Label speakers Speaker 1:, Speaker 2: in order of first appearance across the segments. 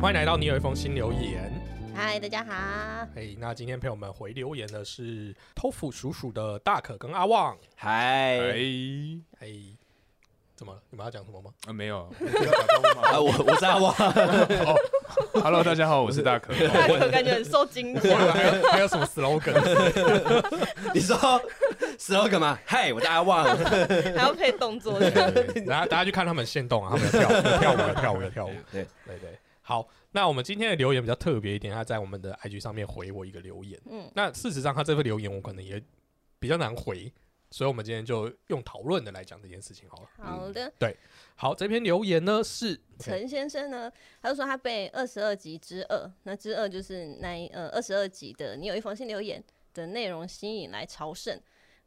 Speaker 1: 欢迎来到你有一封新留言。
Speaker 2: 嗨，大家 好。
Speaker 1: 嘿，那今天陪我们回留言的是托付鼠鼠的大可跟阿旺。
Speaker 3: 嗨，
Speaker 4: 哎，
Speaker 1: 嘿，怎么了？你们要讲什么 吗？
Speaker 4: 啊没有
Speaker 3: 啊，我我是阿旺，
Speaker 4: ，Hello，大家好，我是大可。
Speaker 2: 大可感觉很受惊
Speaker 1: 还
Speaker 2: 吓，
Speaker 1: 有还有什么 slogan？
Speaker 3: 你说 slogan 吗？嗨，我是阿旺，
Speaker 2: 还要配动作。
Speaker 1: 大家大家去看他们现动啊，他们有跳舞有跳舞有跳舞有跳舞。
Speaker 3: 对
Speaker 1: 对对，好。那我们今天的留言比较特别一点，他在我们的 IG 上面回我一个留言。
Speaker 2: 嗯，
Speaker 1: 那事实上，他这份留言我可能也比较难回，所以我们今天就用讨论的来讲这件事情好了。
Speaker 2: 好的。
Speaker 1: 好，这篇留言呢是
Speaker 2: 陈先生呢，他就说他被二十二集之二，那之二就是那一呃二十二集的，你有一封信留言的内容吸引来朝圣。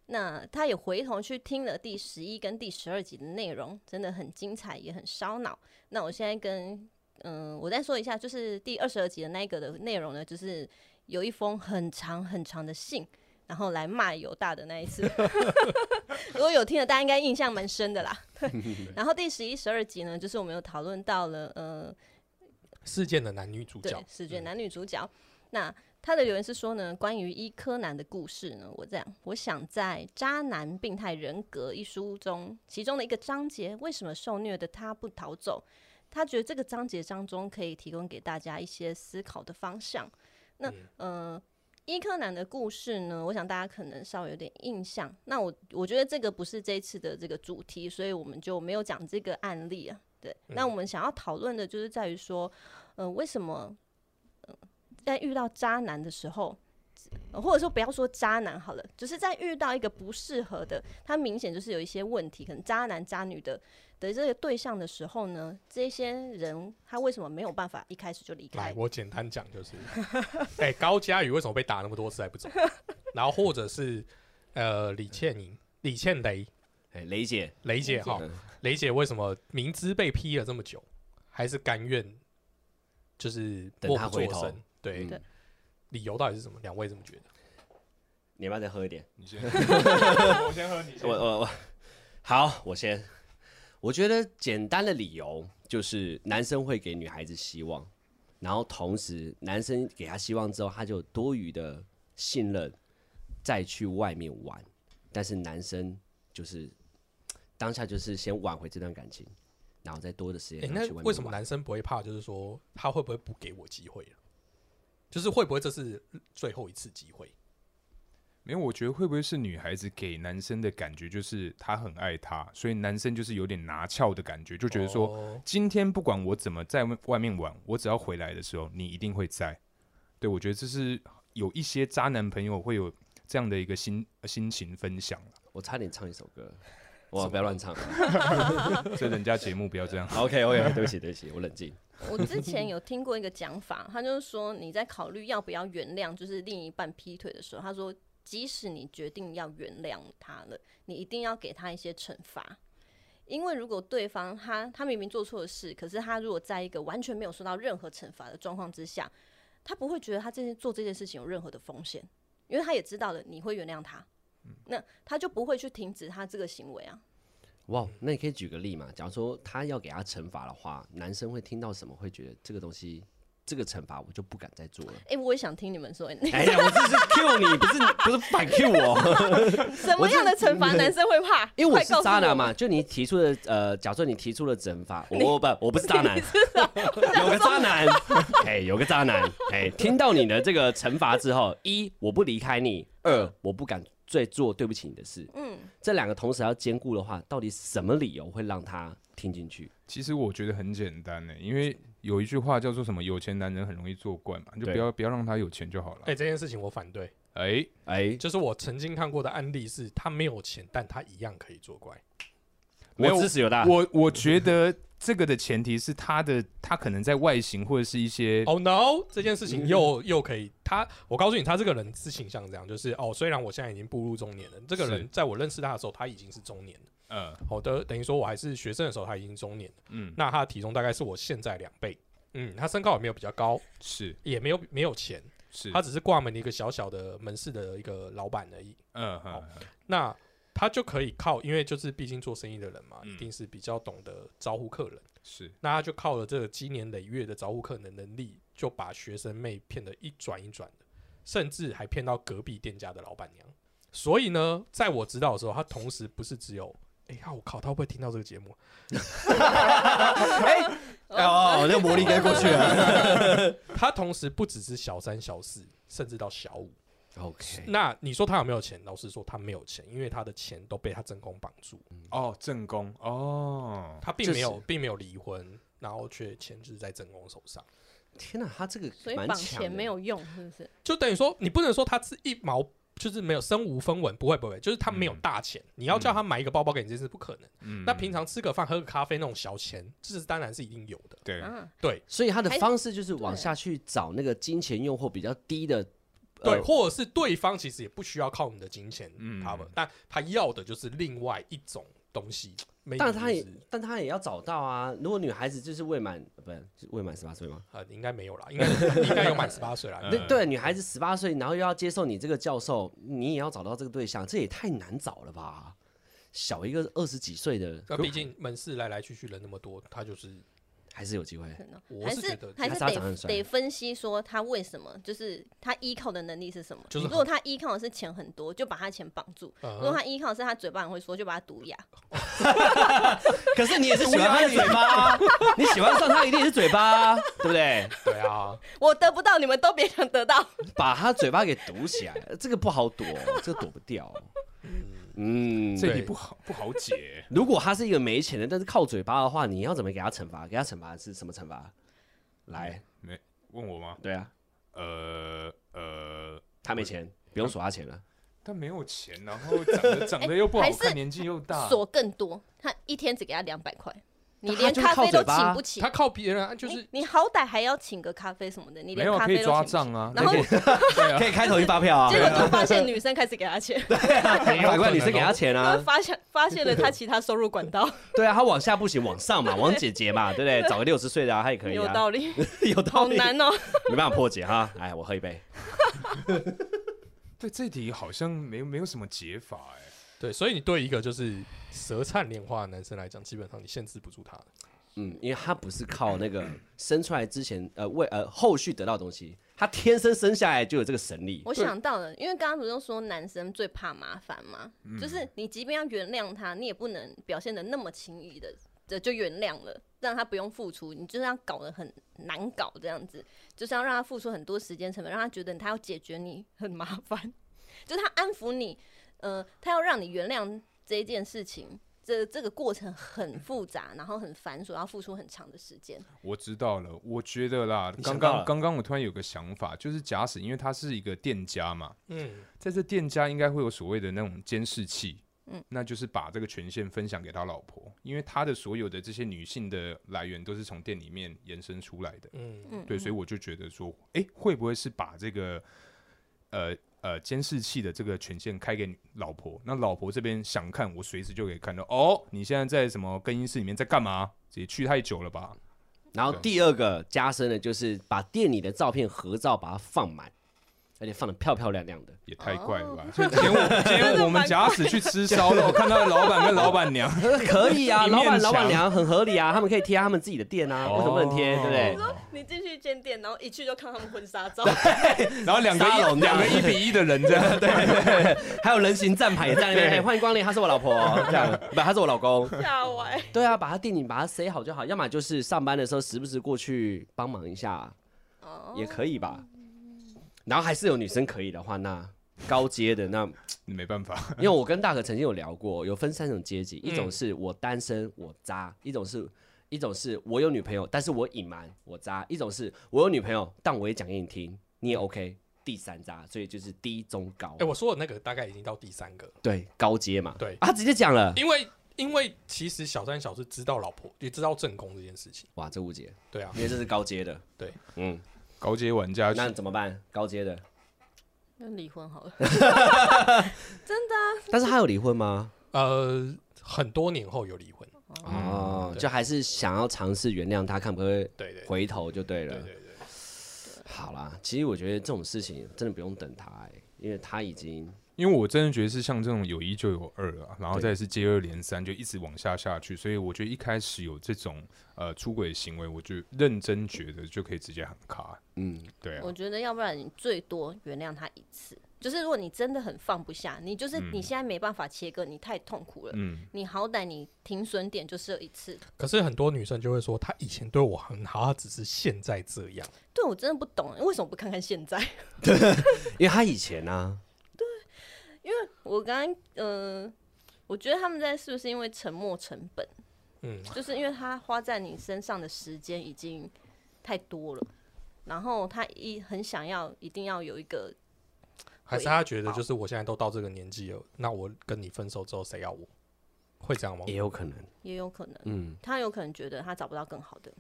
Speaker 2: 那他也回头去听了第十一跟第十二集的内容，真的很精彩，也很烧脑。那我现在跟嗯、我再说一下，就是第二十二集的那一个的内容呢，就是有一封很长很长的信，然后来骂犹大的那一次。 如果有听的，大家应该印象蛮深的啦。然后第十一、十二集呢，就是我们有讨论到了，呃，
Speaker 1: 事件的男女主
Speaker 2: 对
Speaker 1: 角，，
Speaker 2: 视觉
Speaker 1: 嗯
Speaker 2: 男女主角。那他的留言是说呢，关于一柯南的故事呢，我这样，我想在《渣男病态人格》一书中，其中的一个章节，为什么受虐的他不逃走？他觉得这个章节当中可以提供给大家一些思考的方向。那、
Speaker 1: 嗯
Speaker 2: 呃，伊柯南的故事呢，我想大家可能稍微有点印象。那我我觉得这个不是这一次的这个主题，所以我们就没有讲这个案例啊。对，那我们想要讨论的就是在于说，呃，为什么、呃、在遇到渣男的时候，呃或者说不要说渣男好了，就是在遇到一个不适合的，他明显就是有一些问题，可能渣男渣女的的这个对象的时候呢，这些人他为什么没有办法一开始就离
Speaker 1: 来
Speaker 2: 开，？
Speaker 1: 我简单讲就是，哎、高佳宇为什么被打那么多次还不走？然后或者是呃，李倩莹、李倩雷、
Speaker 3: 哎雷姐，
Speaker 1: 雷姐哈，
Speaker 3: 嗯
Speaker 1: 雷姐为什么明知被批了这么久，还是甘愿就是
Speaker 3: 等
Speaker 1: 默
Speaker 3: 他
Speaker 1: 不
Speaker 3: 回
Speaker 1: 作
Speaker 3: 头嗯
Speaker 1: 声？对，
Speaker 2: 对
Speaker 1: 理由到底是什么？两位这么觉得？
Speaker 3: 你要不要再喝一点？
Speaker 4: 你先， 我先喝你
Speaker 3: 我我我，好，我先。我觉得简单的理由就是男生会给女孩子希望，然后同时男生给她希望之后，她就有多余的信任再去外面玩，但是男生就是当下就是先挽回这段感情，然后再多的时
Speaker 1: 哎、
Speaker 3: 间让
Speaker 1: 那
Speaker 3: 她去外面玩。
Speaker 1: 为什么男生不会怕？就是说他会不会不给我机会了？就是会不会这是最后一次机会？
Speaker 4: 没有，我觉得会不会是女孩子给男生的感觉就是她很爱他，所以男生就是有点拿翘的感觉，就觉得说、
Speaker 1: 哦
Speaker 4: 今天不管我怎么在外面玩，我只要回来的时候，你一定会在。对，我觉得这是有一些渣男朋友会有这样的一个心呃心情分享啦
Speaker 3: 我差点唱一首歌，哇，不要乱唱。
Speaker 4: 这人家节目不要这样。
Speaker 3: OK OK，对不起对不起，我冷静。
Speaker 2: 我之前有听过一个讲法，他就是说你在考虑要不要原谅，就是另一半劈腿的时候，他说即使你决定要原谅他了，你一定要给他一些惩罚，因为如果对方他他明明做错了事，可是他如果在一个完全没有受到任何惩罚的状况之下，他不会觉得他这件做这件事情有任何的风险，因为他也知道了你会原谅他，
Speaker 3: 嗯
Speaker 2: 那他就不会去停止他这个行为啊。
Speaker 3: 哇，那你可以举个例嘛？假如说他要给他惩罚的话，男生会听到什么？会觉得这个东西，这个惩罚我就不敢再做了。
Speaker 2: 哎、我也想听你们说，你
Speaker 3: 哎呀，我这是 Q 你，不是不是反 Q 我， 嗯
Speaker 2: 什么样的惩罚男生会怕？
Speaker 3: 因为我
Speaker 2: 快
Speaker 3: 是
Speaker 2: 告诉
Speaker 3: 渣男
Speaker 2: 我
Speaker 3: 嘛。就你提出的，呃，假设你提出了 惩罚，我不我不是渣男， 有个渣男， 哎，有个渣男，哎，听到你的这个惩罚之后， 一我不离开你，二我不敢再做对不起你的事，
Speaker 2: 嗯，
Speaker 3: 这两个同时要兼顾的话，到底什么理由会让他听进去？
Speaker 4: 其实我觉得很简单呢，因为有一句话叫做什么“有钱男人很容易作怪”嘛，就
Speaker 3: 对
Speaker 4: 不要不要让他有钱就好了
Speaker 1: 哎、。这件事情我反对。
Speaker 4: 哎、
Speaker 3: 哎，
Speaker 1: 就是我曾经看过的案例是，他没有钱，但他一样可以作怪。
Speaker 4: 没有
Speaker 3: 我支持有
Speaker 1: 啊
Speaker 3: 大。
Speaker 4: 我我觉得这个的前提是他的他可能在外形或者是一些、
Speaker 1: 哦、no，这件事
Speaker 4: 嗯
Speaker 1: 情又又可以，他我告诉你，他这个人是倾向这样，就是哦，虽然我现在已经步入中年了，这个
Speaker 4: 是
Speaker 1: 人在我认识他的时候，他已经是中年了。
Speaker 4: 呃
Speaker 1: 好的，等于说我还是学生的时候，他已经中年了。
Speaker 4: 嗯
Speaker 1: 那他的体重大概是我现在两倍。嗯，他身高也没有比较高，
Speaker 4: 是
Speaker 1: 也没有没有钱，
Speaker 4: 是，
Speaker 1: 他只是挂门的一个小小的门市的一个老板而已。
Speaker 4: 嗯哼，
Speaker 1: 那他就可以靠，因为就是毕竟做生意的人嘛，
Speaker 4: 嗯
Speaker 1: 一定是比较懂得招呼客人。
Speaker 4: 是
Speaker 1: 那他就靠了这个积年累月的招呼客人的能力，就把学生妹骗得一转一转的，甚至还骗到隔壁店家的老板娘。所以呢，在我指导的时候，他同时不是只有，哎、呀，我靠，他会不会听到这个节目？
Speaker 3: 哦，那个魔力该过去了。
Speaker 1: 他同时不只是小三、小四，甚至到小五。
Speaker 3: OK，
Speaker 1: 那你说他有没有钱？老实说，他没有钱，因为他的钱都被他真空绑住，
Speaker 4: 哦，正宫哦，
Speaker 1: 他并没
Speaker 3: 就
Speaker 1: 有，并没有离婚，然后却钱就是在真空手上。
Speaker 3: 天哪，他这个
Speaker 2: 所以
Speaker 3: 蛮
Speaker 2: 绑
Speaker 3: 强的
Speaker 2: 钱没有用，是不是？
Speaker 1: 就等于说，你不能说他是一毛，就是没有身无分文，不会不会，就是他没有大钱。你要叫他买一个包包给你，这是不可能。
Speaker 4: 嗯，
Speaker 1: 那平常吃个饭、喝个咖啡那种小钱，这是当然是一定有的。
Speaker 4: 对，
Speaker 2: 啊，
Speaker 1: 对
Speaker 3: 所以他的
Speaker 2: 还
Speaker 3: 方式就是往
Speaker 2: 对
Speaker 3: 下去找那个金钱诱惑比较低的，
Speaker 1: 对，
Speaker 3: 呃
Speaker 1: 或者是对方其实也不需要靠你的金钱
Speaker 4: 嗯
Speaker 1: cover，、但他要的就是另外一种东西。maybe
Speaker 3: 但他也
Speaker 1: 就是
Speaker 3: 但他也要找到啊。如果女孩子就是未满，呃不是是未满十八岁吗？
Speaker 1: 呃，应该没有啦，应该应该有满十八岁啦。
Speaker 4: 嗯
Speaker 3: 那对，女孩子十八岁，然后又要接受你这个教授，你也要找到这个对象，这也太难找了吧？小一个二十几岁的，
Speaker 1: 啊那毕竟门市来来去去人那么多，他就是
Speaker 3: 还是有机会。
Speaker 2: 可能
Speaker 1: 我
Speaker 2: 还
Speaker 1: 是觉
Speaker 2: 是
Speaker 1: 得
Speaker 2: 还
Speaker 3: 还
Speaker 2: 是
Speaker 3: 是他长得很
Speaker 2: 得
Speaker 3: 帅
Speaker 2: 得分析说他为什么，就是他依靠的能力是什么。
Speaker 1: 就是
Speaker 2: 如果他依靠的是钱很多，就把他钱绑住；
Speaker 1: 嗯哼
Speaker 2: 如果他依靠的是他嘴巴很会说，就把他毒哑。
Speaker 3: 可是 你也是喜欢他的嘴巴、啊，你喜欢上他一定也是嘴巴、啊，对不对？
Speaker 1: 对 啊，
Speaker 2: 我得不到，你们都别想得到。
Speaker 3: 把他嘴巴给堵起来，这个不好躲，哦这个躲不掉。嗯，，
Speaker 4: 这题
Speaker 1: 对
Speaker 4: 不好不好解
Speaker 3: 如果他是一个没钱的，但是靠嘴巴的话，你要怎么给他惩罚？给他惩罚是什么惩罚？来，
Speaker 4: 问我吗？
Speaker 3: 对啊，
Speaker 4: 呃呃，
Speaker 3: 他没钱，不用数他钱啊了。
Speaker 4: 他没有钱，然后长 得长得又不好
Speaker 2: 哎还是
Speaker 4: 看，年纪又大，
Speaker 2: 锁更多，他一天只给他两百块，你
Speaker 3: 那他
Speaker 2: 连
Speaker 3: 就
Speaker 2: 咖
Speaker 3: 靠
Speaker 2: 啡都
Speaker 3: 嘴巴
Speaker 2: 请
Speaker 3: 啊
Speaker 2: 不起
Speaker 1: 他。靠别人啊，就
Speaker 2: 你
Speaker 3: 哎
Speaker 1: 是
Speaker 2: 你好歹还要请个咖啡什么的，你
Speaker 4: 没
Speaker 2: 连
Speaker 4: 有
Speaker 2: 咖
Speaker 4: 可
Speaker 2: 啡
Speaker 4: 以
Speaker 2: 都
Speaker 4: 抓
Speaker 2: 请不
Speaker 4: 账
Speaker 2: 起。
Speaker 4: 啊，
Speaker 2: 然后
Speaker 3: 可以可以开头一发票啊，
Speaker 2: 结果就发现女生开始给他钱，
Speaker 3: 法官你是给他钱
Speaker 2: 然
Speaker 3: 啊
Speaker 2: 后，发现发现了他其他收入管道，
Speaker 3: 对啊，他往下不行，往上 嘛，往姐姐嘛，对不对？找个六十岁的啊，他也可以
Speaker 2: 有
Speaker 3: 啊，
Speaker 2: 道理，
Speaker 3: 有
Speaker 2: 好
Speaker 3: 道理，
Speaker 2: 难哦。
Speaker 3: 没办法破解哈。哎，我喝一杯。
Speaker 4: 对这题好像没没有什么解法哎，
Speaker 1: 对，所以你对一个就是舌灿莲花的男生来讲，基本上你限制不住他的。
Speaker 3: 嗯，因为他不是靠那个生出来之前，呃，为呃后续得到的东西，他天生生下来就有这个神力。
Speaker 2: 我想到了，因为刚刚不是说男生最怕麻烦嘛，就是你即便要原谅他，你也不能表现的那么轻易的的就原谅了，让他不用付出，你就是要搞得很难搞这样子，就是要让他付出很多时间成本，让他觉得他要解决你很麻烦， 就是他安抚你，呃，他要让你原谅这一件事情。这这个过程很复杂，然后很繁琐，要付出很长的时间。
Speaker 4: 我知道了，我觉得啦，
Speaker 3: 你
Speaker 4: 刚
Speaker 3: 想到
Speaker 4: 刚
Speaker 3: 了
Speaker 4: 刚刚我突然有个想法，就是假使因为他是一个店家嘛，
Speaker 1: 嗯，
Speaker 4: 在这店家应该会有所谓的那种监视器，嗯，那就是把这个权限分享给他老婆，因为他的所有的这些女性的来源都是从店里面延伸出来的，
Speaker 1: 嗯
Speaker 2: 嗯，
Speaker 4: 对，所以我就觉得说，诶，会不会是把这个呃呃监视器的这个权限开给你老婆？那老婆这边想看，我随时就可以看到，哦，你现在在什么更衣室里面在干嘛？也去太久了吧？
Speaker 3: 然后第二个加深的就是把店里的照片合照把它放满，而且放的漂漂亮亮的。
Speaker 4: 也太怪了吧！
Speaker 2: 哦
Speaker 4: 所以今 天我今
Speaker 2: 真
Speaker 4: 天
Speaker 2: 的
Speaker 4: 我们
Speaker 2: 蛮
Speaker 4: 假使去吃烧肉，看到老板跟老板 娘，
Speaker 3: 可以啊，
Speaker 4: 一
Speaker 3: 老
Speaker 4: 面
Speaker 3: 板老板
Speaker 4: 墙哦
Speaker 3: 娘很合理啊，他们可以贴他们自己的店啊，为什么不能贴？对不对？
Speaker 2: 你进去间店，然后一去就看他们婚纱照，
Speaker 4: 然后两个
Speaker 3: 沙龙
Speaker 4: 一
Speaker 3: 这样
Speaker 4: 两个一比一的人这 样，
Speaker 3: 还有人形站牌也在那边，
Speaker 4: 对
Speaker 3: 哎欢迎光临，他是我老 婆，这样，不，他是我老公。
Speaker 2: 吓欸歪。
Speaker 3: 对啊，把他店里把它塞好就好，要么就是上班的时候时不时过去帮忙一下，
Speaker 2: 哦
Speaker 3: 也可以吧。然后还是有女生可以的话，那高阶的那，
Speaker 4: 没办法，
Speaker 3: 因为我跟大可曾经有聊过，有分三种阶级，一种
Speaker 1: 嗯
Speaker 3: 是我单身我渣，一种是。一种是我有女朋友，但是我隐瞒我渣；一种是我有女朋友，但我也讲给你听，你也 OK。第三渣，所以就是低中高，
Speaker 1: 哎、我说的那个大概已经到第三个了，
Speaker 3: 对高阶嘛。
Speaker 1: 对
Speaker 3: 啊，直接讲了，
Speaker 1: 因为因为其实小三小四知道老婆也知道正宫这件事情，
Speaker 3: 哇，这误解，
Speaker 1: 对啊，
Speaker 3: 因为这是高阶的。
Speaker 1: 对，
Speaker 3: 嗯，
Speaker 4: 高阶玩家
Speaker 3: 那怎么办？高阶的，
Speaker 2: 那离婚好了。
Speaker 3: 但是他有离婚吗？
Speaker 1: 呃，很多年后有离婚，
Speaker 3: 哦，
Speaker 1: 对
Speaker 3: 就还是想要尝试原谅他，看可不可以
Speaker 1: 对对
Speaker 3: 回头就对了。
Speaker 1: 对对对，
Speaker 3: 好啦，其实我觉得这种事情真的不用等他、欸，因为他已经
Speaker 4: 因为我真的觉得是像这种有一就有二啊，然后再是接二连三，就一直往下下去。所以我觉得一开始有这种呃出轨行为，我就认真觉得就可以直接喊卡。
Speaker 3: 嗯，
Speaker 4: 对啊
Speaker 2: 我，觉得要不然你最多原谅他一次，就是如果你真的很放不下，你就是你现在没办法切割，你太痛苦了，
Speaker 4: 嗯，
Speaker 2: 你好歹你停损点就设一次。
Speaker 1: 可是很多女生就会说，她以前对我很好，她只是现在这样。
Speaker 2: 对我真的不懂，欸为什么不看看现在？
Speaker 3: 因为他以前呢、啊，
Speaker 2: 我刚刚呃，我觉得他们在是不是因为沉没成本，
Speaker 1: 嗯，
Speaker 2: 就是因为他花在你身上的时间已经太多了，然后他一很想要一定要有一个
Speaker 1: 还是她觉得就是我现在都到这个年纪了，那我跟你分手之后谁要我？会这样吗
Speaker 3: 也？有可能，
Speaker 2: 也有可能，
Speaker 3: 嗯，
Speaker 2: 他有可能觉得他找不到更好的，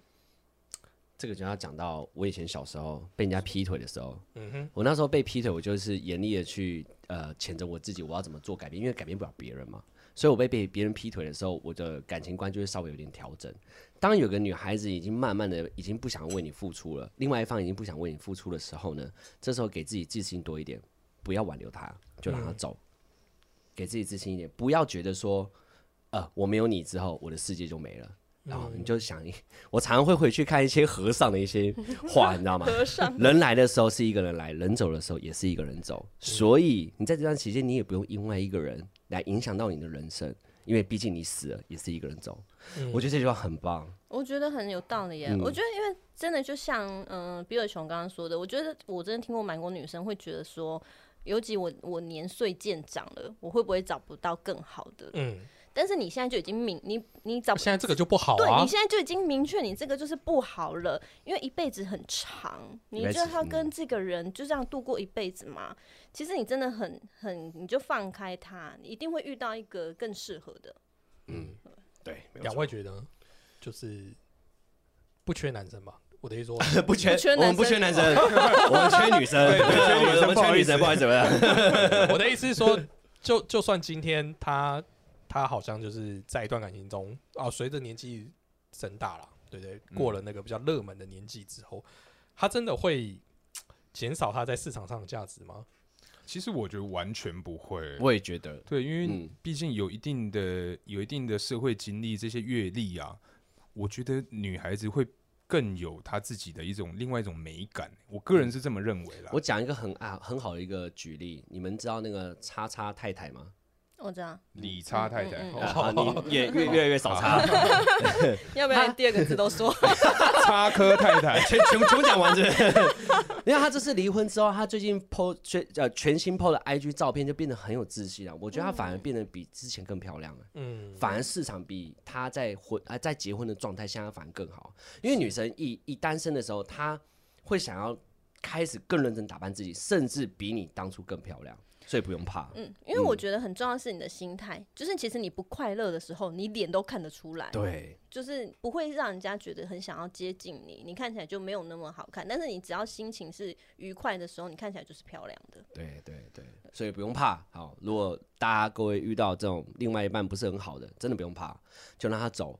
Speaker 3: 这个就要讲到我以前小时候被人家劈腿的时候，
Speaker 1: 嗯哼，
Speaker 3: 我那时候被劈腿，我就是严厉的去呃谴责我自己，我要怎么做改变，因为改变不了别人嘛。所以我被被别人劈腿的时候，我的感情观就会稍微有点调整。当有个女孩子已经慢慢的已经不想为你付出了，另外一方已经不想为你付出的时候呢，这时候给自己自信多一点，不要挽留她，就
Speaker 1: 嗯
Speaker 3: 让她走，给自己自信一点，不要觉得说，呃，我没有你之后，我的世界就没了。
Speaker 1: 嗯
Speaker 3: 然后你就想，我常常会回去看一些和尚的一 些话，你知道吗？
Speaker 2: 和尚
Speaker 3: 人来的时候是一个人来，人走的时候也是一个人走，所以你在这段期间，你也不用因为一个人来影响到你的人生，因为毕竟你死了也是一个人走。我觉得这句话很棒，
Speaker 2: 我觉得很有道理耶。
Speaker 3: 嗯
Speaker 2: 我觉得，因为真的就像嗯、呃比尔熊刚刚说的，我觉得我真的听过蛮多女生会觉得说，尤其我我年岁渐长了，我会不会找不到更好的？
Speaker 1: 嗯，
Speaker 2: 但是你现在就已经明你你找不
Speaker 1: 现在这个就不好
Speaker 2: 对
Speaker 1: 啊
Speaker 2: 你。现在就已经明确你这个就是不好了，因为一辈子很长，
Speaker 3: 一
Speaker 2: 你
Speaker 3: 辈
Speaker 2: 就
Speaker 3: 子嗯
Speaker 2: 要跟这个人就这样度过一辈子嘛。其实你真的很很，你就放开他，你一定会遇到一个更适合的。
Speaker 3: 对，没
Speaker 1: 两位觉得呢就是不缺男生吧？我的意思 说，
Speaker 3: 不缺
Speaker 2: 不缺男生
Speaker 3: 我们不缺男生， 我们缺女生，我们我们
Speaker 4: 不
Speaker 3: 缺
Speaker 4: 好
Speaker 3: 女
Speaker 4: 意思
Speaker 3: 生，不好意思，不好意思。
Speaker 1: 我的意思是说，就就算今天他他好像就是在一段感情中啊，随着年纪增大了，对不对？过了
Speaker 3: 嗯
Speaker 1: 那个比较热门的年纪之后，他真的会减少他在市场上的价值吗？
Speaker 4: 其实我觉得完全不会。
Speaker 3: 我也觉得，
Speaker 4: 对，因为
Speaker 3: 嗯
Speaker 4: 毕竟有一定的、有一定的社会经历，这些阅历啊，我觉得女孩子会更有她自己的一种另外一种美感。我个人是这么认为啦。
Speaker 3: 嗯我讲一个很啊很好的一个举例，你们知道那个叉叉太太吗？
Speaker 2: 我知道，
Speaker 4: 理查太太，
Speaker 2: 嗯嗯
Speaker 4: 哦
Speaker 2: 嗯
Speaker 3: 啊好你也越越来越少叉，
Speaker 2: 要不然第二个字都说。
Speaker 4: 插科太太，
Speaker 3: 全全全部讲完这，因为他这次离婚之后，他最近 PO 全呃全新 PO 的 IG 照片就变得很有自信了。啊我觉得他反而变得比之前更漂亮了，
Speaker 1: 嗯，
Speaker 3: 反而市场比他在婚啊、在结婚的状态下反而更好。因为女生一一单身的时候，她会想要开始更认真打扮自己，甚至比你当初更漂亮，所以不用怕。
Speaker 2: 嗯，因为我觉得很重要的是你的心态，就是其实你不快乐的时候，你脸都看得出来，
Speaker 3: 对，
Speaker 2: 就是不会让人家觉得很想要接近你，你看起来就没有那么好看。但是你只要心情是愉快的时候，你看起来就是漂亮的。
Speaker 3: 对对对，所以不用怕。好，如果大家各位遇到这种另外一半不是很好的，真的不用怕，就让他走。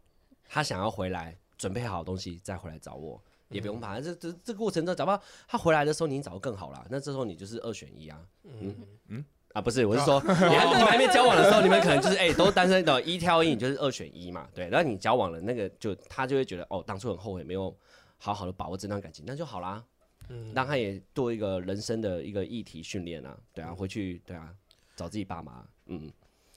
Speaker 3: 他想要回来，准备好东西再回来找我，也不用怕。这这这过程中，找不到他回来的时候，你已经找到更好了。那这时候你就是二选一啊。嗯嗯。啊，不是，我是说，你还你们还没交往的时候，你们可能就是哎、都单身的，一挑一，你就是二选一嘛，对。然后你交往了，那个就他就会觉得，哦，当初很后悔没有好好的把握这段感情，那就好啦，
Speaker 1: 嗯
Speaker 3: 让他也做一个人生的一个议题训练啊，对
Speaker 1: 嗯
Speaker 3: 啊，回去对啊，找自己爸妈，嗯，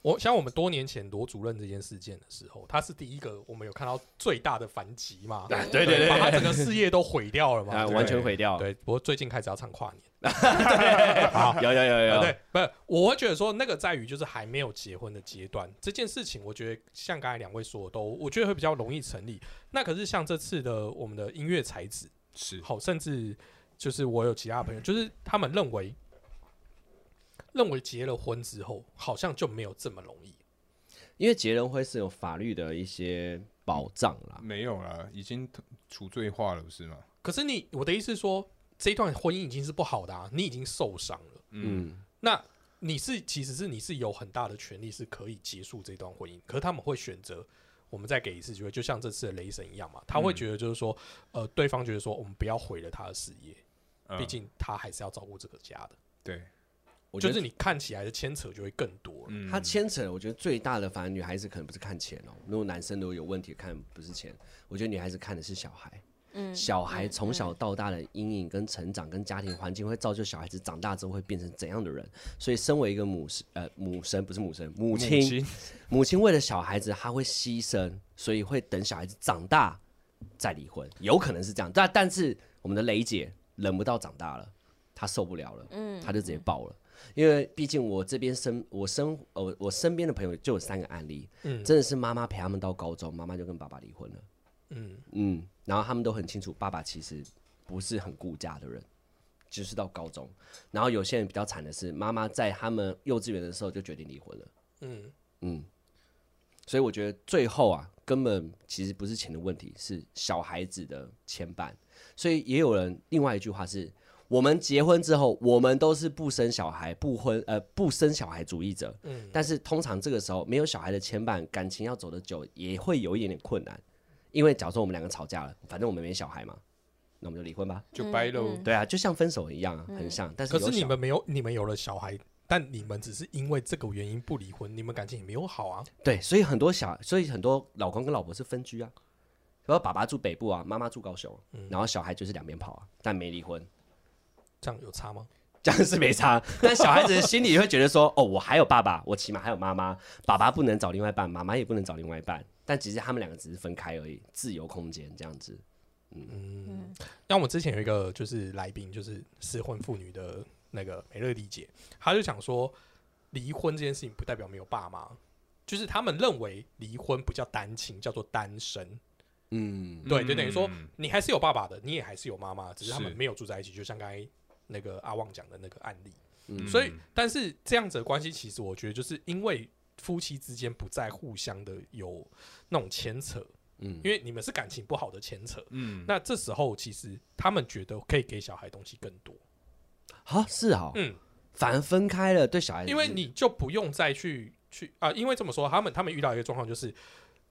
Speaker 1: 我像我们多年前罗主任这件事件的时候，他是第一个我们有看到最大的反击嘛，
Speaker 3: 啊对
Speaker 1: 对把他整个事业都毁掉了
Speaker 3: 啊，
Speaker 1: 嘛。
Speaker 3: 完全毁掉，
Speaker 1: 对，不过最近开始要唱跨年。
Speaker 3: 有有有
Speaker 1: 啊，
Speaker 3: 有，
Speaker 1: 对，不是，我会觉得说那个在于就是还没有结婚的阶段这件事情，我觉得像刚才两位说的都，我觉得会比较容易成立。那可是像这次的我们的音乐才子，
Speaker 4: 是
Speaker 1: 好，甚至就是我有其他朋友，就是他们认为认为结了婚之后好像就没有这么容易。
Speaker 3: 因为结人会是有法律的一些保障啦，
Speaker 4: 没有啦，已经处罪化了，不是吗？
Speaker 1: 可是你我的意思是说，这一段婚姻已经是不好的啊，你已经受伤了。
Speaker 3: 嗯，
Speaker 1: 那你是其实是你是有很大的权利是可以结束这段婚姻，可是他们会选择我们再给一次机会，就
Speaker 3: 嗯
Speaker 1: 像这次的雷神一样嘛，他会觉得就是说，呃，对方觉得说我们不要毁了他的事业，
Speaker 4: 嗯
Speaker 1: 毕竟他还是要照顾这个家的。
Speaker 4: 对，
Speaker 2: 嗯
Speaker 3: 我觉
Speaker 1: 就
Speaker 3: 得
Speaker 1: 是你看起来的牵扯就会更多了。
Speaker 4: 嗯
Speaker 3: 他牵扯，我觉得最大的，反而女孩子可能不是看钱哦、如果男生如果有问题看不是钱，我觉得女孩子看的是小孩。
Speaker 2: 嗯，
Speaker 3: 小孩从小到大的阴影跟成长跟家庭环境，会造就小孩子长大之后会变成怎样的人。所以，身为一个母神，呃，母神不是母神，母
Speaker 4: 母
Speaker 3: 亲，母亲为了小孩子，她会牺牲，所以会等小孩子长大再离婚，有可能是这样。但但是我们的雷姐忍不到长大了，她受不了了，嗯，她就直接爆了。因为毕竟我这边身我身呃我我身边的朋友就有三个案例，
Speaker 1: 嗯
Speaker 3: 真的是妈妈陪他们到高中，妈妈就跟爸爸离婚了。
Speaker 1: 嗯，
Speaker 3: 嗯，然后他们都很清楚，爸爸其实不是很顾家的人，就是到高中。然后有些人比较惨的是，妈妈在他们幼稚园的时候就决定离婚了。
Speaker 1: 嗯
Speaker 3: 嗯，所以我觉得最后啊，根本其实不是钱的问题，是小孩子的牵绊。所以也有人另外一句话是：我们结婚之后，我们都是不生小孩、不婚呃不生小孩主义者。
Speaker 1: 嗯
Speaker 3: 但是通常这个时候没有小孩的牵绊，感情要走得久也会有一点点困难。因为假如说我们两个吵架了，反正我们没小孩嘛，那我们就离婚吧。
Speaker 4: 就掰喽。
Speaker 2: 嗯
Speaker 3: 对啊，就像分手一样啊，很像。但是
Speaker 1: 嗯可
Speaker 3: 有
Speaker 1: 是你
Speaker 3: 小
Speaker 1: 们没有，你们有了小孩，但你们只是因为这个原因不离婚，你们感情也没有好啊。
Speaker 3: 对，所以很多小，所以很多老公跟老婆是分居啊，然后爸爸住北部啊，妈妈住高雄，
Speaker 1: 嗯
Speaker 3: 然后小孩就是两边跑啊，但没离婚，
Speaker 1: 这样有差吗？
Speaker 3: 这样是没差。但小孩子的心里会觉得说，哦， 我还有爸爸，我起码还有妈妈，爸爸不能找另外一半，妈妈也不能找另外一半，但其实他们两个只是分开而已，自由空间这样子。
Speaker 1: 那我们之前有一个就是来宾，就是失婚妇女的那个美乐丽姐，她就想说，离婚这件事情不代表没有爸妈，就是他们认为离婚不叫单亲，叫做单身。
Speaker 3: 嗯，
Speaker 1: 对，就等于说
Speaker 4: 嗯
Speaker 1: 你还是有爸爸的，你也还是有妈妈，只是他们
Speaker 4: 是
Speaker 1: 没有住在一起。就像刚才那个阿旺讲的那个案例，
Speaker 3: 嗯
Speaker 1: 所以但是这样子的关系，其实我觉得就是因为夫妻之间不再互相的有那种牵扯，
Speaker 3: 嗯
Speaker 1: 因为你们是感情不好的牵扯。
Speaker 4: 嗯，
Speaker 1: 那这时候其实他们觉得可以给小孩东西更多，
Speaker 3: 好、啊是好、
Speaker 1: 嗯，
Speaker 3: 反而分开了，对哦小孩子是，
Speaker 1: 因为你就不用再去去啊、因为这么说，他们他们遇到一个状况就是，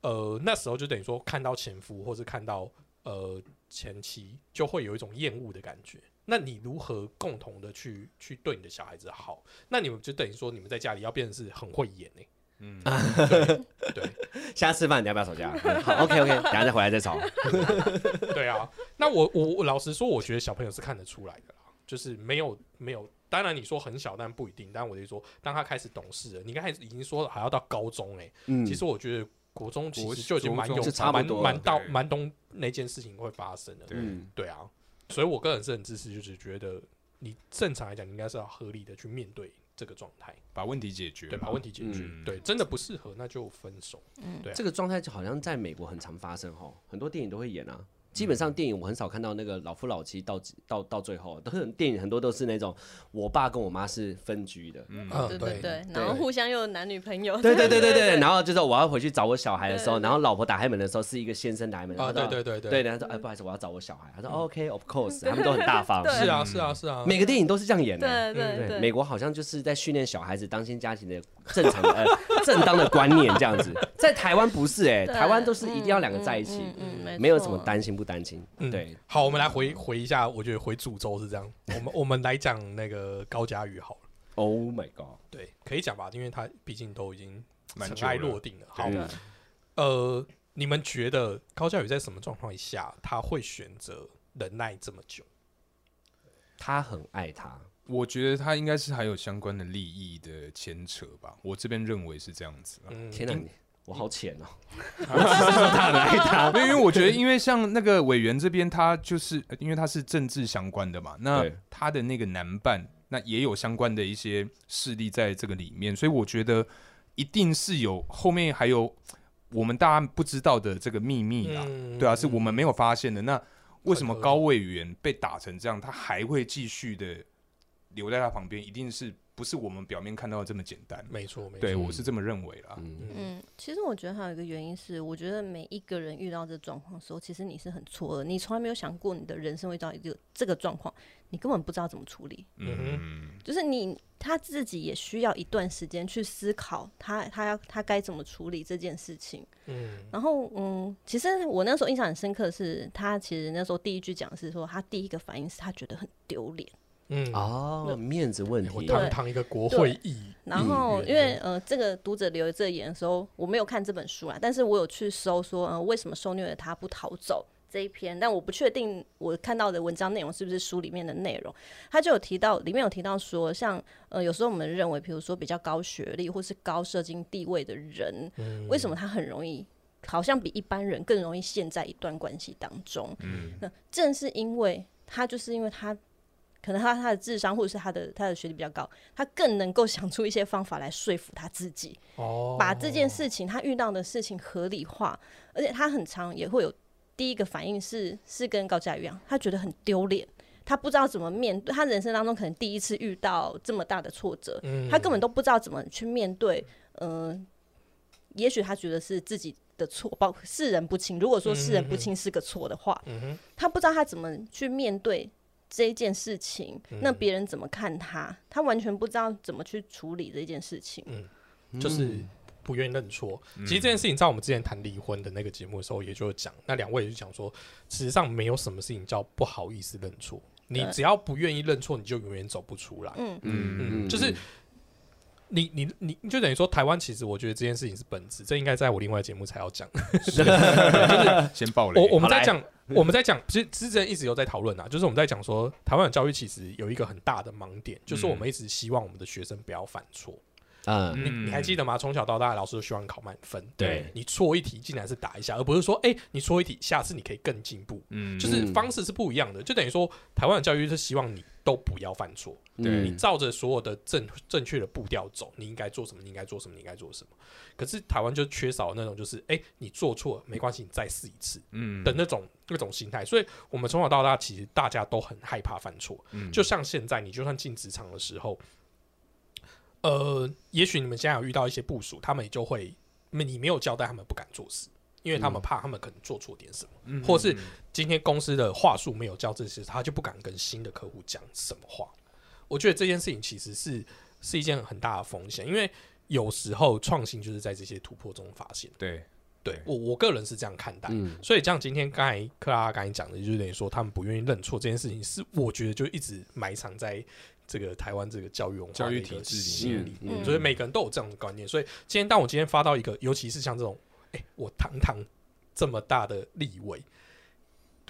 Speaker 1: 呃，那时候就等于说看到前夫或是看到呃前妻，就会有一种厌恶的感觉。那你如何共同的去去对你的小孩子好？那你们就等于说你们在家里要变成是很会演呢、欸
Speaker 3: 下次吃饭你要不要吵架？ 嗯好，OK OK，等一下再回来再吵。
Speaker 1: 对啊，那我我我老实说，我觉得小朋友是看得出来的啦，就是没有没有。当然你说很小，但不一定。但我就说，当他开始懂事了，你刚才已经说还要到高中哎、
Speaker 3: 嗯
Speaker 1: 其实我觉得国中其
Speaker 4: 国
Speaker 1: 实就已经蛮
Speaker 4: 国
Speaker 1: 有
Speaker 4: 中
Speaker 3: 就差不
Speaker 1: 蛮
Speaker 3: 多了
Speaker 1: 蛮到
Speaker 4: 对
Speaker 1: 蛮懂那件事情会发生的。
Speaker 4: 对
Speaker 3: 嗯
Speaker 1: 对啊，所以我个人是很支持，就是觉得你正常来讲，你应该是要合理的去面对这个状态，
Speaker 4: 把问题解决，
Speaker 1: 对，把问题解决。
Speaker 4: 嗯
Speaker 1: 对，真的不适合那就分手。对啊
Speaker 3: 这个状态就好像在美国很常发生哈，很多电影都会演啊。基
Speaker 1: 嗯
Speaker 3: 本上电影我很少看到那个老夫老妻到到到最后，都是电影很多都是那种我爸跟我妈是分居的，
Speaker 1: 嗯
Speaker 2: 对对对，然后互相又有男女朋友，
Speaker 3: 对对对对对，然后就是我要回去找我小孩的时候，
Speaker 2: 对对对
Speaker 3: 然后老婆打开门的时候是一个先生打开门，
Speaker 1: 啊，
Speaker 3: 然后
Speaker 1: 对对
Speaker 3: 说
Speaker 1: 对
Speaker 3: 对，然后说哎不好意思我要找我小孩，他说 OK of course，他们都很大
Speaker 2: 嗯
Speaker 3: 方，
Speaker 2: 对
Speaker 1: 是啊是啊是啊，
Speaker 3: 每个电影都是这样演的，
Speaker 2: 对
Speaker 1: 嗯
Speaker 2: 对
Speaker 3: 对，
Speaker 2: 对，
Speaker 3: 美国好像就是在训练小孩子单亲家庭的正常的、呃、正当的观念这样子，在台湾不是哎、
Speaker 2: 对
Speaker 3: 台湾都是一定要两个在一起，
Speaker 2: 嗯嗯嗯嗯
Speaker 3: 没有什
Speaker 2: 错
Speaker 3: 么担心不担心，
Speaker 1: 嗯
Speaker 3: 对，
Speaker 1: 好，我们来回回一下，我觉得回主轴是这样。我们 我们来讲那个高佳宇好了，
Speaker 3: ，Oh my god，
Speaker 1: 对，可以讲吧，因为他毕竟都已经
Speaker 4: 蛮
Speaker 1: 尘
Speaker 4: 久
Speaker 1: 埃
Speaker 4: 了
Speaker 1: 落定了。好，
Speaker 3: 嗯
Speaker 1: 呃，你们觉得高佳宇在什么状况下他会选择忍耐这么久？
Speaker 3: 他很爱他，
Speaker 4: 我觉得他应该是还有相关的利益的牵扯吧，我这边认为是这样子啊。
Speaker 1: 嗯，
Speaker 3: 天哪，你我好浅哦、
Speaker 4: 没 有因为我觉得，因为像那个委员这边，他就是呃因为他是政治相关的嘛，那
Speaker 3: 对
Speaker 4: 他的那个男伴，那也有相关的一些势力在这个里面，所以我觉得一定是有后面还有我们大家不知道的这个秘密啊，
Speaker 1: 嗯
Speaker 4: 对啊，是我们没有发现的。那为什么
Speaker 1: 很合理
Speaker 4: 高委员被打成这样，他还会继续的留在他旁边，一定是不是我们表面看到的这么简单。
Speaker 1: 没错，没错。
Speaker 4: 对，我是这么认为啦。
Speaker 3: 嗯，
Speaker 1: 嗯，
Speaker 2: 嗯，其实我觉得还有一个原因是，我觉得每一个人遇到这状况的时候，其实你是很错愕，你从来没有想过你的人生会遇到一个这个状况，你根本不知道怎么处理。
Speaker 4: 嗯，
Speaker 2: 就是你他自己也需要一段时间去思考他他要他该怎么处理这件事情。
Speaker 1: 嗯，
Speaker 2: 然后嗯，其实我那时候印象很深刻的是，他其实那时候第一句讲的是说，他第一个反应是他觉得很丢脸。
Speaker 1: 嗯，
Speaker 4: 啊
Speaker 3: 哦，面子问
Speaker 1: 欸我
Speaker 3: 题，
Speaker 1: 堂堂一个国会议，
Speaker 2: 然后，
Speaker 1: 嗯
Speaker 2: 因为呃，这个读者留这个言的时候，我没有看这本书啦，但是我有去搜说，呃，为什么受虐的他不逃走这一篇，但我不确定我看到的文章内容是不是书里面的内容。他就有提到，里面有提到说，像呃，有时候我们认为，比如说比较高学历或是高社经地位的人，
Speaker 1: 嗯
Speaker 2: 为什么他很容易，好像比一般人更容易陷在一段关系当中？
Speaker 1: 嗯
Speaker 2: 那正是因为他，就是因为他。可能他他的智商或者是他的他的学历比较高，他更能够想出一些方法来说服他自己，
Speaker 1: 哦，
Speaker 2: 把这件事情他遇到的事情合理化，而且他很常也会有第一个反应是是跟高嘉瑜一样，他觉得很丢脸，他不知道怎么面对，他人生当中可能第一次遇到这么大的挫折，
Speaker 1: 嗯，
Speaker 2: 他根本都不知道怎么去面对，呃，也许他觉得是自己的错，包括世人不清。如果说世人
Speaker 1: 嗯
Speaker 2: 不清是个错的话，他不知道他怎么去面对这一件事情，
Speaker 1: 嗯
Speaker 2: 那别人怎么看他，他完全不知道怎么去处理这件事情。
Speaker 1: 就是不愿意认错。其实这件事情在我们之前谈离婚的那个节目的时候，也就有讲，那两位也就讲说，事实上没有什么事情叫不好意思认错，你
Speaker 2: 对
Speaker 1: 只要不愿意认错，你就永远走不出来。
Speaker 2: 嗯，
Speaker 1: 嗯，就是你你你你就等于说，台湾其实我觉得这件事情是本质，这应该在我另外节目才要讲。
Speaker 4: 先爆雷。
Speaker 1: 我我们
Speaker 3: 好
Speaker 1: 在
Speaker 3: 来
Speaker 1: 讲，我们在讲，其实之前一直有在讨论啊，就是我们在讲说，台湾的教育其实有一个很大的盲点，就是我们一直希望我们的学生不要犯错。
Speaker 3: 嗯，
Speaker 1: 你你还记得吗？从小到大，老师都希望你考满分。
Speaker 3: 对
Speaker 1: 你错一题竟然是打一下，而不是说，哎、你错一题，下次你可以更进步。
Speaker 4: 嗯
Speaker 1: 就是方式是不一样的，就等于说，台湾的教育是希望你都不要犯错，
Speaker 3: 嗯
Speaker 4: 对
Speaker 1: 你照着所有的正正确的步调走，你应该做什么，你应该做什么，你应该做什么。可是台湾就缺少那种，就是哎、你做错了没关系，你再试一次。
Speaker 4: 嗯
Speaker 1: 的那种那种心态，所以我们从小到大其实大家都很害怕犯错。就像现在，你就算进职场的时候，呃，也许你们现在有遇到一些部署，他们也就会你没有交代，他们不敢做事，因为他们怕他们可能做错点什么，或是今天公司的话术没有教这些，他就不敢跟新的客户讲什么话。我觉得这件事情其实是是一件很大的风险，因为有时候创新就是在这些突破中发现。
Speaker 4: 对
Speaker 1: 对
Speaker 4: 对
Speaker 1: 我我个人是这样看待，
Speaker 3: 嗯
Speaker 1: 所以像今天刚才克拉拉刚才讲的，就是等于说他们不愿意认错这件事情，是我觉得就一直埋藏在这个台湾这个教育文化
Speaker 4: 教育
Speaker 1: 的一个
Speaker 4: 体制里
Speaker 1: 心
Speaker 3: 面
Speaker 1: 里
Speaker 3: 嗯
Speaker 1: 面，所以每个人都有这样的观念。所以今天当我今天发到一个，尤其是像这种，哎、我堂堂这么大的立位。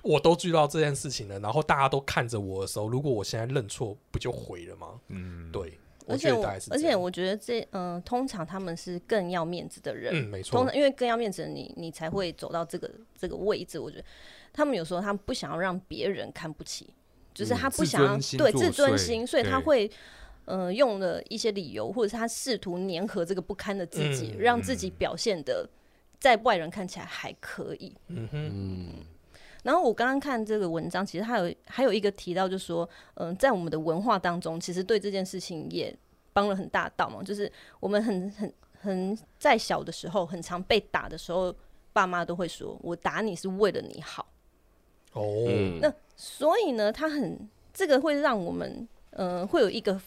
Speaker 1: 我都知道这件事情了，然后大家都看着我的时候，如果我现在认错，不就毁了吗？
Speaker 4: 嗯
Speaker 1: 对，
Speaker 2: 而
Speaker 1: 觉
Speaker 2: 且
Speaker 1: 得
Speaker 2: 我
Speaker 1: 大概是这
Speaker 2: 而且
Speaker 1: 样
Speaker 2: 我觉得这嗯、呃通常他们是更要面子的人，
Speaker 1: 嗯，没
Speaker 2: 通
Speaker 1: 错，
Speaker 2: 常因为更要面子的你，你才会走到这个这个位置。我觉得他们有时候他们不想要让别人看不起，就是
Speaker 3: 嗯
Speaker 2: 他不
Speaker 4: 自
Speaker 2: 想要、
Speaker 4: 尊心
Speaker 2: 对
Speaker 4: 作
Speaker 2: 自尊
Speaker 4: 祟
Speaker 2: 心，所以他
Speaker 4: 对
Speaker 2: 会呃用了一些理由，或者是他试图粘合这个不堪的自己，
Speaker 1: 嗯
Speaker 2: 让自己表现的在外人看起来还可以。
Speaker 1: 嗯哼，
Speaker 2: 然后我刚刚看这个文章，其实还有还有一个提到，就是说，嗯、在我们的文化当中，其实对这件事情也帮了很大的倒忙。就是我们很很很在小的时候，很常被打的时候，爸妈都会说：“我打你是为了你好。
Speaker 1: 哦，
Speaker 3: 嗯
Speaker 2: 那所以呢，他很这个会让我们，呃，会有一个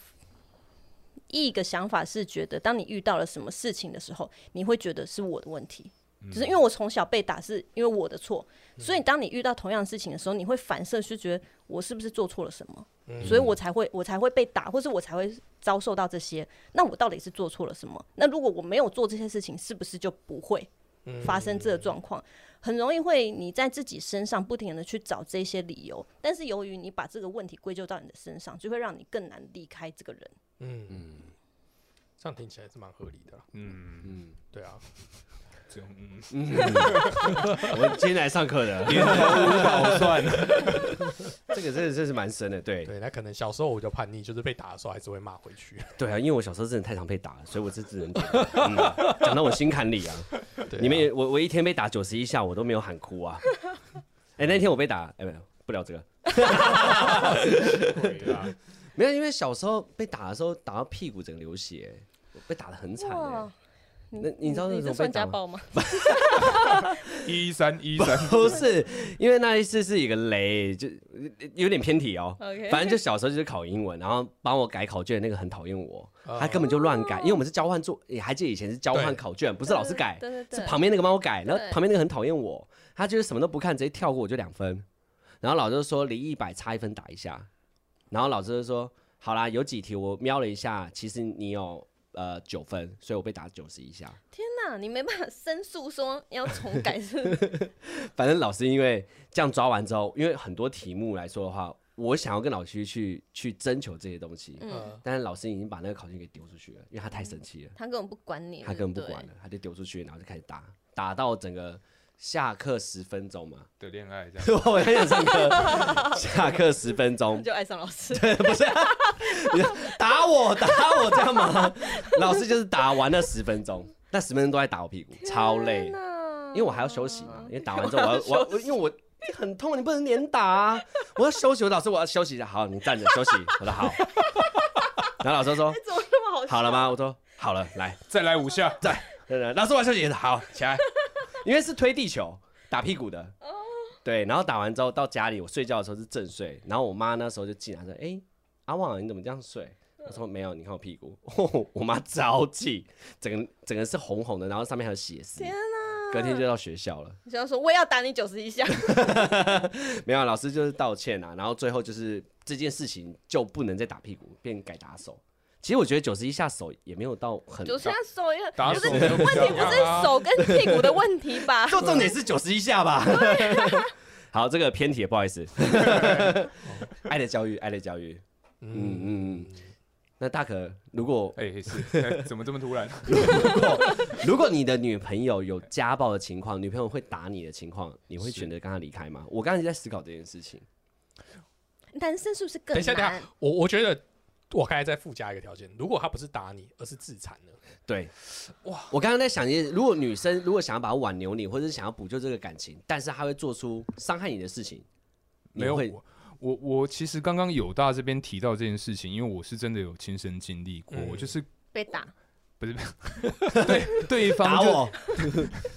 Speaker 2: 一个想法是觉得，当你遇到了什么事情的时候，你会觉得是我的问题。就是因为我从小被打是因为我的错，所以当你遇到同样的事情的时候，你会反射去觉得我是不是做错了什么，所以我才会我才会被打，或是我才会遭受到这些。那我到底是做错了什么？那如果我没有做这些事情，是不是就不会发生这个状况？很容易会你在自己身上不停的去找这些理由，但是由于你把这个问题归咎到你的身上，就会让你更难离开这个人。
Speaker 1: 嗯嗯，这样听起来是蛮合理的啦。
Speaker 4: 嗯
Speaker 3: 嗯，
Speaker 1: 对啊，
Speaker 4: 这种 嗯
Speaker 3: 我今天来上课 的，
Speaker 4: 好算
Speaker 3: 这个真的真是蛮深的，对
Speaker 1: 对，那可能小时候我就叛逆，就是被打的时候还是会骂回去。
Speaker 3: 对啊，因为我小时候真的太常被打了，所以我这只能 讲，嗯讲到我心坎 里啊。
Speaker 1: 对啊
Speaker 3: 你们也我我一天被打九十一下，我都没有喊哭啊。 哎，那天我被打，哎，没有，不聊这个。
Speaker 1: 对啊，
Speaker 3: 没有，因为小时候被打的时候打到屁股整个流血，我被打的很惨哎
Speaker 2: 哇。，
Speaker 3: 那你知道那
Speaker 2: 你
Speaker 3: 种
Speaker 2: 这算
Speaker 3: 被打
Speaker 2: 家
Speaker 3: 吗？
Speaker 2: 暴吗？
Speaker 4: 一三一三，
Speaker 3: 不是，因为那一次是一个雷，就有点偏题哦。
Speaker 2: OK
Speaker 3: 反正就小时候就是考英文，然后帮我改考卷那个很讨厌我，他根本就乱改，因为我们是交换做，你还记得以前是交换
Speaker 1: 对
Speaker 3: 考卷，不是老师改，
Speaker 2: 对对对，
Speaker 3: 是旁边那个帮我改，然后
Speaker 2: 对
Speaker 3: 旁边那个很讨厌我，他就是什么都不看，直接跳过我就两分，然后老师就说离一百差一分打一下，然后老师就说好啦，有几题我瞄了一下，其实你有呃九分，所以我被打九十一下。
Speaker 2: 天哪，你没办法申诉说要重改是 不是
Speaker 3: 反正老师因为这样抓完之后，因为很多题目来说的话，我想要跟老师去去征求这些东西，
Speaker 1: 嗯，
Speaker 3: 但是老师已经把那个考卷给丢出去了，因为他太生气了，
Speaker 2: 他根本不管你，
Speaker 3: 他根本不管
Speaker 2: 嗯对
Speaker 3: 了，他就丢出去，然后就开始打，打到整个下课十分钟嘛，
Speaker 4: 的恋爱这样。
Speaker 3: 我很想上课，下课十分
Speaker 2: 不对，
Speaker 3: 钟，
Speaker 2: 就爱上老师。
Speaker 3: 打我打我这样吗？老师就是打完了十分钟，那十分钟都在打我屁股，超累
Speaker 2: 天，哪
Speaker 3: 因为我还要休息 嘛，因为打完之后我要我要我因为我很痛，你不能连打啊，我要休息，我老师我要休息一下，好，你站着休息，我说好，然后老师说
Speaker 2: 怎么那么好笑？
Speaker 3: 好了吗？我说好了，来，
Speaker 4: 再来五下，
Speaker 3: 在，啊 对对，老师我要休息，好，起来， 因为是推地球打屁股的，
Speaker 2: 哦
Speaker 3: 对，然后打完之后到家里，我睡觉的时候是正睡，然后我妈那时候就进来说，哎、阿旺你怎么这样睡？
Speaker 2: 嗯
Speaker 3: 我说没有，你看我屁股， 我妈着急，整个整个是红红的，然后上面还有血丝，
Speaker 2: 天哪！
Speaker 3: 隔天就到学校了。
Speaker 2: 你就要说我也要打你九十一下，
Speaker 3: 没有，老师就是道歉啊，然后最后就是这件事情就不能再打屁股，变改打手。其实我觉得九十一下手也没有到很高，
Speaker 2: 九十一下手也
Speaker 4: 打
Speaker 2: 不是
Speaker 4: 手
Speaker 2: 问
Speaker 4: 没有
Speaker 2: 题，不
Speaker 4: 这样
Speaker 2: 是
Speaker 4: 啊
Speaker 2: 手跟屁股的问题吧？
Speaker 3: 就重点是九十一下吧。 好，这个偏题，不好意 思。爱的教育，爱的教育。嗯嗯。那大可，如果
Speaker 4: 哎、是、哎怎么这么 突然？
Speaker 3: 如果你的女朋友有家暴的情况，女朋友会打你的情况，你会选择跟她离开吗？我刚才在思考这件事情。
Speaker 2: 男生是不是更
Speaker 1: 等一下，等一
Speaker 2: 难
Speaker 1: 下？，我我觉得我刚才再附加一个条件，如果他不是打你，而是自残呢？
Speaker 3: 对，哇！我刚刚在想，如果女生如果想要把它挽留你，或者是想要补救这个感情，但是她会做出伤害你的事情，你
Speaker 4: 没有
Speaker 3: 会
Speaker 4: 我，我我其实刚刚友大这边提到这件事情，因为我是真的有亲身经历过，
Speaker 1: 嗯
Speaker 4: 我就是
Speaker 2: 被打？
Speaker 4: 对方
Speaker 3: 打
Speaker 4: 就
Speaker 3: 我。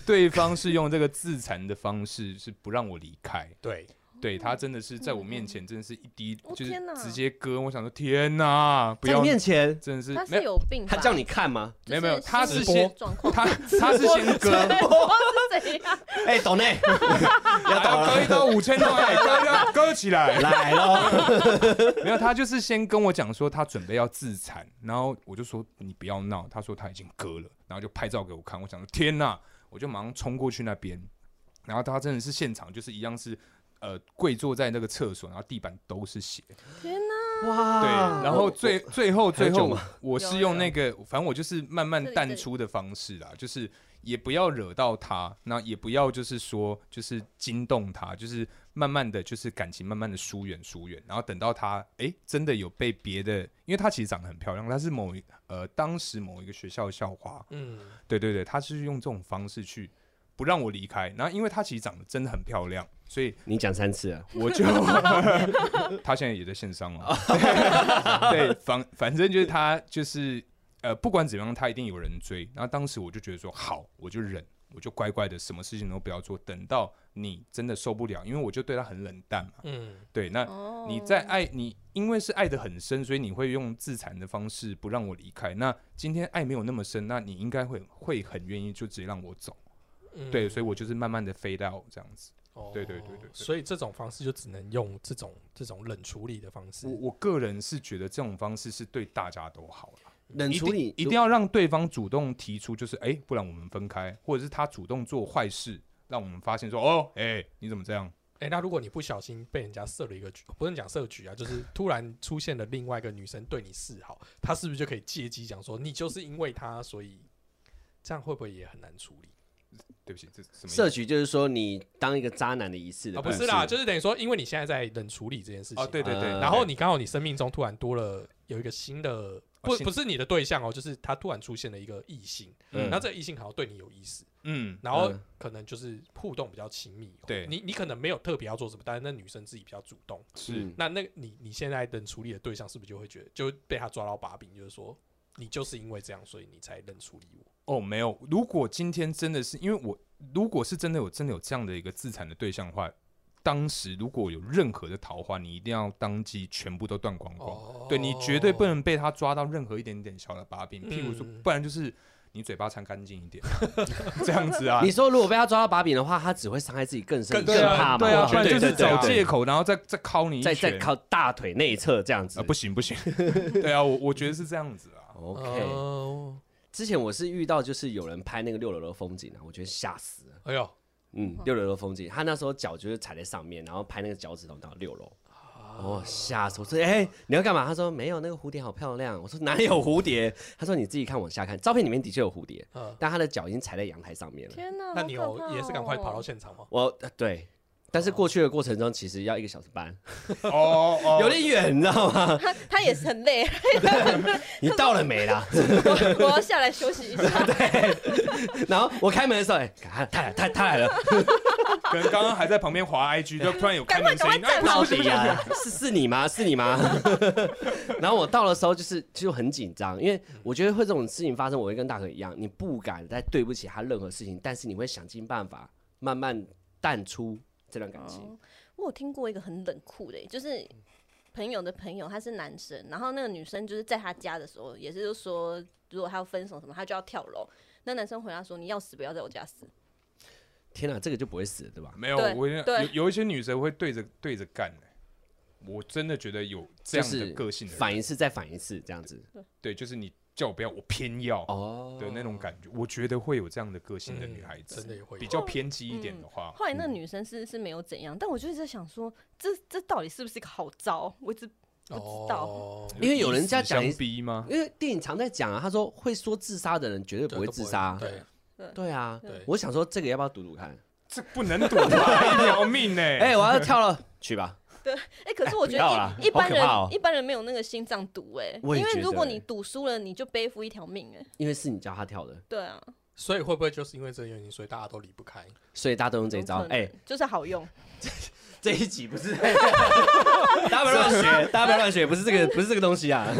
Speaker 4: 对方是用这个自残的方式，是不让我离开。
Speaker 1: 对，
Speaker 3: 哦
Speaker 4: 对他真的是在我面前，真的是一滴
Speaker 2: 哦，
Speaker 4: 就是
Speaker 2: 天哪
Speaker 4: 直接割。我想说，天哪，不
Speaker 3: 在你
Speaker 4: 要，
Speaker 3: 面前，
Speaker 4: 真的是
Speaker 2: 他
Speaker 4: 没
Speaker 2: 是
Speaker 4: 有，
Speaker 2: 有病吧？
Speaker 3: 他叫你看吗？
Speaker 2: 就是
Speaker 4: 没有没有
Speaker 2: 心理
Speaker 4: 他是先
Speaker 2: 状况，
Speaker 4: 他他是先 割，
Speaker 2: 我是怎样？
Speaker 3: 哎，董内，要
Speaker 4: 还
Speaker 3: 懂
Speaker 4: 要割
Speaker 3: 了，
Speaker 4: 一刀五千多，哎割割割起来。
Speaker 3: 来喽。
Speaker 4: 没有，他就是先跟我讲说他准备要自残，然后我就说你不要闹，他说他已经割了，然后就拍照给我看，我想说天哪，我就马上冲过去那边，然后他真的是现场就是一样是。呃，跪坐在那个厕所，然后地板都是血。
Speaker 2: 天哪！
Speaker 3: 哇
Speaker 4: 对，然后最最后
Speaker 3: 还有
Speaker 4: 最
Speaker 3: 酒
Speaker 4: 后
Speaker 3: 吗，
Speaker 2: 有
Speaker 4: 我是
Speaker 2: 啊有
Speaker 4: 用那个，反正我就是慢慢
Speaker 2: 这里这
Speaker 4: 淡
Speaker 2: 里
Speaker 4: 出的方式啦，就是也不要惹到他，那也不要就是说就是惊动他，就是慢慢的就是感情慢慢的疏远疏远，然后等到他诶真的有被别的，因为她其实长得很漂亮，她是某一呃当时某一个学校的校花，
Speaker 1: 嗯，
Speaker 4: 对对对，她是用这种方式去不让我离开，然后因为她其实长得真的很漂亮，所以
Speaker 3: 你讲三次了，啊
Speaker 4: 我就，他现在也在线上哦。对，反反正就是他就是呃，不管怎么样，他一定有人追。然后当时我就觉得说，好，我就忍，我就乖乖的，什么事情都不要做，等到你真的受不了，因为我就对他很冷淡嘛。
Speaker 1: 嗯，
Speaker 4: 对，那
Speaker 2: 哦
Speaker 4: 你在爱你，因为是爱的很深，所以你会用自残的方式不让我离开。那今天爱没有那么深，那你应该会会很愿意就直接让我走。
Speaker 1: 嗯
Speaker 4: 对，所以我就是慢慢的飞到这样子。
Speaker 1: 哦
Speaker 4: 对对对对对
Speaker 1: 所以这种方式就只能用这种这种冷处理的方式
Speaker 4: 我。我个人是觉得这种方式是对大家都好了，
Speaker 3: 冷
Speaker 4: 一
Speaker 3: 处
Speaker 4: 定
Speaker 3: 理
Speaker 4: 一定要让对方主动提出，就是哎、不然我们分开，或者是他主动做坏事，让我们发现说哦，哎、你怎么这样？
Speaker 1: 哎、那如果你不小心被人家设了一个局，不能讲设局啊，就是突然出现了另外一个女生对你示好，她是不是就可以借机讲说你就是因为她，所以这样会不会也很难处理？
Speaker 4: 对不起，这什么意
Speaker 3: 设
Speaker 4: 思？
Speaker 3: 局就是说你当一个渣男的仪式的
Speaker 1: 啊，
Speaker 3: 故
Speaker 1: 不
Speaker 3: 事
Speaker 1: 是啦，就是等于说，因为你现在在冷处理这件事情嘛，
Speaker 4: 哦
Speaker 1: 啊
Speaker 4: 哦，对对对，哦
Speaker 3: 呃
Speaker 1: 然后你刚好你生命中突然多了有一个新的不
Speaker 4: 现
Speaker 1: 不是你的对象哦，就是他突然出现了一个异性，
Speaker 3: 嗯
Speaker 1: 然后这个异性好像对你有意思，
Speaker 4: 嗯，
Speaker 1: 然后
Speaker 3: 嗯
Speaker 1: 可能就是互动比较亲密。哦
Speaker 4: 对
Speaker 1: 你你可能没有特别要做什么，但是那女生自己比较主动。
Speaker 4: 是
Speaker 3: 嗯
Speaker 1: 那那你你现在能处理的对象是不是就会觉得就被他抓到把柄，就是说你就是因为这样，所以你才能处理我？
Speaker 4: 哦，没有。如果今天真的是因为我，如果是真的有真的有这样的一个自残的对象的话，当时如果有任何的桃花，你一定要当机全部都断光光。
Speaker 1: 哦
Speaker 4: 对你绝对不能被他抓到任何一点点小的把柄，譬如说，
Speaker 1: 嗯
Speaker 4: 不然就是你嘴巴擦干净一点，啊 这样子啊
Speaker 3: 你。说如果被他抓到把柄的话，他只会伤害自己更深，
Speaker 4: 对
Speaker 3: 怕嘛？
Speaker 4: 啊，对啊，不然
Speaker 3: 对
Speaker 4: 就
Speaker 3: 对
Speaker 4: 是
Speaker 3: 对
Speaker 4: 找
Speaker 3: 对
Speaker 4: 借口，然后再再敲你一
Speaker 3: 再再
Speaker 4: 拳。
Speaker 3: 靠大腿内侧这样子。
Speaker 4: 啊，不行 不行，对啊，我我觉得是这样子啊。
Speaker 3: OK，、
Speaker 1: 哦
Speaker 3: 之前我是遇到就是有人拍那个六楼的风景啊，我觉得吓死了。
Speaker 1: 哎呦，
Speaker 3: 嗯，六楼的风景，他那时候脚就是踩在上面，然后拍那个脚趾头到六楼。哦，吓死我！说，哎、你要干嘛？他说没有，那个蝴蝶好漂亮。我说哪有蝴蝶？他说你自己看，往下看，照片里面的确有蝴蝶，
Speaker 1: 嗯，
Speaker 3: 但他的脚已经踩在阳台上面了。
Speaker 2: 天哪！
Speaker 1: 那
Speaker 2: 好
Speaker 1: 你
Speaker 2: 可
Speaker 1: 有
Speaker 2: 怕
Speaker 1: 也是赶快跑到
Speaker 2: 哦
Speaker 1: 现场吗？
Speaker 3: 我呃对，但是过去的过程中其实要一个小时半，
Speaker 4: 哦哦，
Speaker 3: 有点远，你知道 吗？
Speaker 2: 他他也是很 累，
Speaker 3: 你到了没啦？
Speaker 2: 我我要下来休息 一下。
Speaker 3: 然后我开门的时候，哎、他他来他他来了，
Speaker 4: 可能刚刚还在旁边滑 IG，就突然有开门声音， 哎，不
Speaker 3: 到
Speaker 4: 行不
Speaker 3: 底
Speaker 4: 行，
Speaker 3: 啊？ 是是你吗？是你吗？ 然后我到的时候就是就很紧张，因为我觉得会这种事情发生，我会跟大可一样，你不敢再对不起他任何事情，但是你会想尽办法慢慢淡出这段感情。
Speaker 1: 嗯
Speaker 2: 哦我有听过一个很冷酷的，欸就是朋友的朋友，他是男生，然后那个女生就是在他家的时候，也是就说如果他要分手什么，他就要跳楼。那男生回答说：“你要死不要在我家死。
Speaker 3: 天哪、这个就不会死了，对吧？
Speaker 4: 哎没有，
Speaker 2: 对
Speaker 4: 我跟你讲
Speaker 2: 对
Speaker 4: 有有一些女生会对着对着干的、我真的觉得有这
Speaker 3: 就
Speaker 4: 样
Speaker 3: 是
Speaker 4: 的个性的人，
Speaker 3: 反一次再反一次这样子。
Speaker 4: 对，就是你叫我不要，我偏要
Speaker 3: 哦，
Speaker 4: 的那种感觉，我觉得会有这样的个性的女孩
Speaker 1: 嗯真
Speaker 4: 子，
Speaker 1: 的也会有
Speaker 4: 比较偏激一点的”
Speaker 1: 哦
Speaker 4: 话，
Speaker 2: 后来
Speaker 1: 嗯
Speaker 2: 那个女生是是没有怎样，但我就一直在想说，这这到底是不是一个好招？我一直不知道
Speaker 1: 哦
Speaker 3: 因为有人家讲
Speaker 4: 以死相逼吗？
Speaker 3: 因为电影常在讲啊，他说会说自杀的人绝对
Speaker 1: 对
Speaker 3: 不会
Speaker 1: 都
Speaker 3: 自杀。
Speaker 1: 对，
Speaker 3: 对啊
Speaker 1: 对，
Speaker 3: 我想说这个要不要赌赌看？
Speaker 4: 这不能赌吧，一条命 呢、
Speaker 3: 哎，我要跳了，去吧。
Speaker 2: 哎、可是我觉
Speaker 3: 不要啦
Speaker 2: 得一一般人、
Speaker 3: 好可怕哦
Speaker 2: 一般人没有那个心脏赌哎，
Speaker 3: 我也
Speaker 2: 因为
Speaker 3: 觉
Speaker 2: 如
Speaker 3: 得
Speaker 2: 果
Speaker 3: 欸
Speaker 2: 你赌输了，你就背负一条命哎、
Speaker 3: 因为是你教他跳的，
Speaker 2: 对啊，
Speaker 1: 所以会不会就是因为这个原因，所以大家都离不开？
Speaker 3: 所以大家都用这一
Speaker 2: 有
Speaker 3: 招。
Speaker 2: 可能
Speaker 3: 哎，
Speaker 2: 就是好 用，
Speaker 3: 这一集 不是，大家不要乱学，大家不要乱学，不是这个，不是这个 东西啊。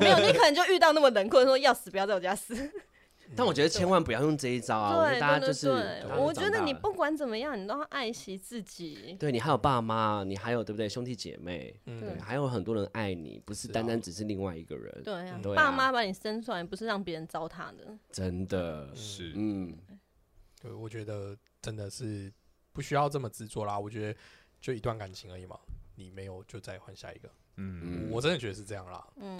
Speaker 2: 没有你可能就遇到那么冷酷的说要死不要在我家死。
Speaker 3: 但我觉得千万不要用这一 招啊！我觉
Speaker 2: 对
Speaker 3: 得大家
Speaker 2: 对
Speaker 3: 就
Speaker 2: 对
Speaker 3: 是，
Speaker 2: 对
Speaker 3: 大家，都
Speaker 2: 我
Speaker 3: 长
Speaker 2: 觉得
Speaker 3: 大
Speaker 2: 你
Speaker 3: 了
Speaker 2: 不管怎么样，你都要爱惜自己。
Speaker 3: 对你还有爸妈，你还有对不对兄弟姐妹，
Speaker 1: 嗯
Speaker 3: 对，还有很多人爱你，不
Speaker 1: 是
Speaker 3: 是
Speaker 1: 啊
Speaker 3: 单单只是另外一个人，
Speaker 2: 对啊，
Speaker 3: 对啊
Speaker 2: 爸妈把你生出来，不是让别人糟蹋的。
Speaker 3: 真的，
Speaker 4: 是，
Speaker 3: 嗯，
Speaker 1: 对，我觉得真的是不需要这么执着啦。我觉得就一段感情而已嘛，你没有就再换下一个。
Speaker 4: 嗯
Speaker 1: 我真的觉得是这样啦。
Speaker 2: 嗯，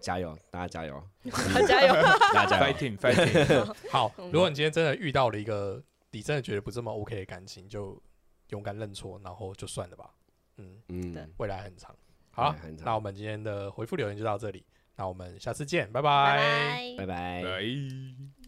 Speaker 3: 加油，大家加油，
Speaker 2: 好加 油！
Speaker 3: 大家加油。
Speaker 4: ，fighting fighting，
Speaker 1: 好，如果你今天真的遇到了一个你真的觉得不这么 OK 的感情，就勇敢认错，然后就算了吧。嗯，
Speaker 2: 对
Speaker 3: 嗯，
Speaker 1: 未来很长。好啊
Speaker 3: 未来很，长
Speaker 1: 那我们今天的回复留言就到这里，那我们下次见，拜
Speaker 2: 拜
Speaker 1: 拜。
Speaker 3: 哎
Speaker 2: 拜
Speaker 3: 拜拜。
Speaker 4: 来。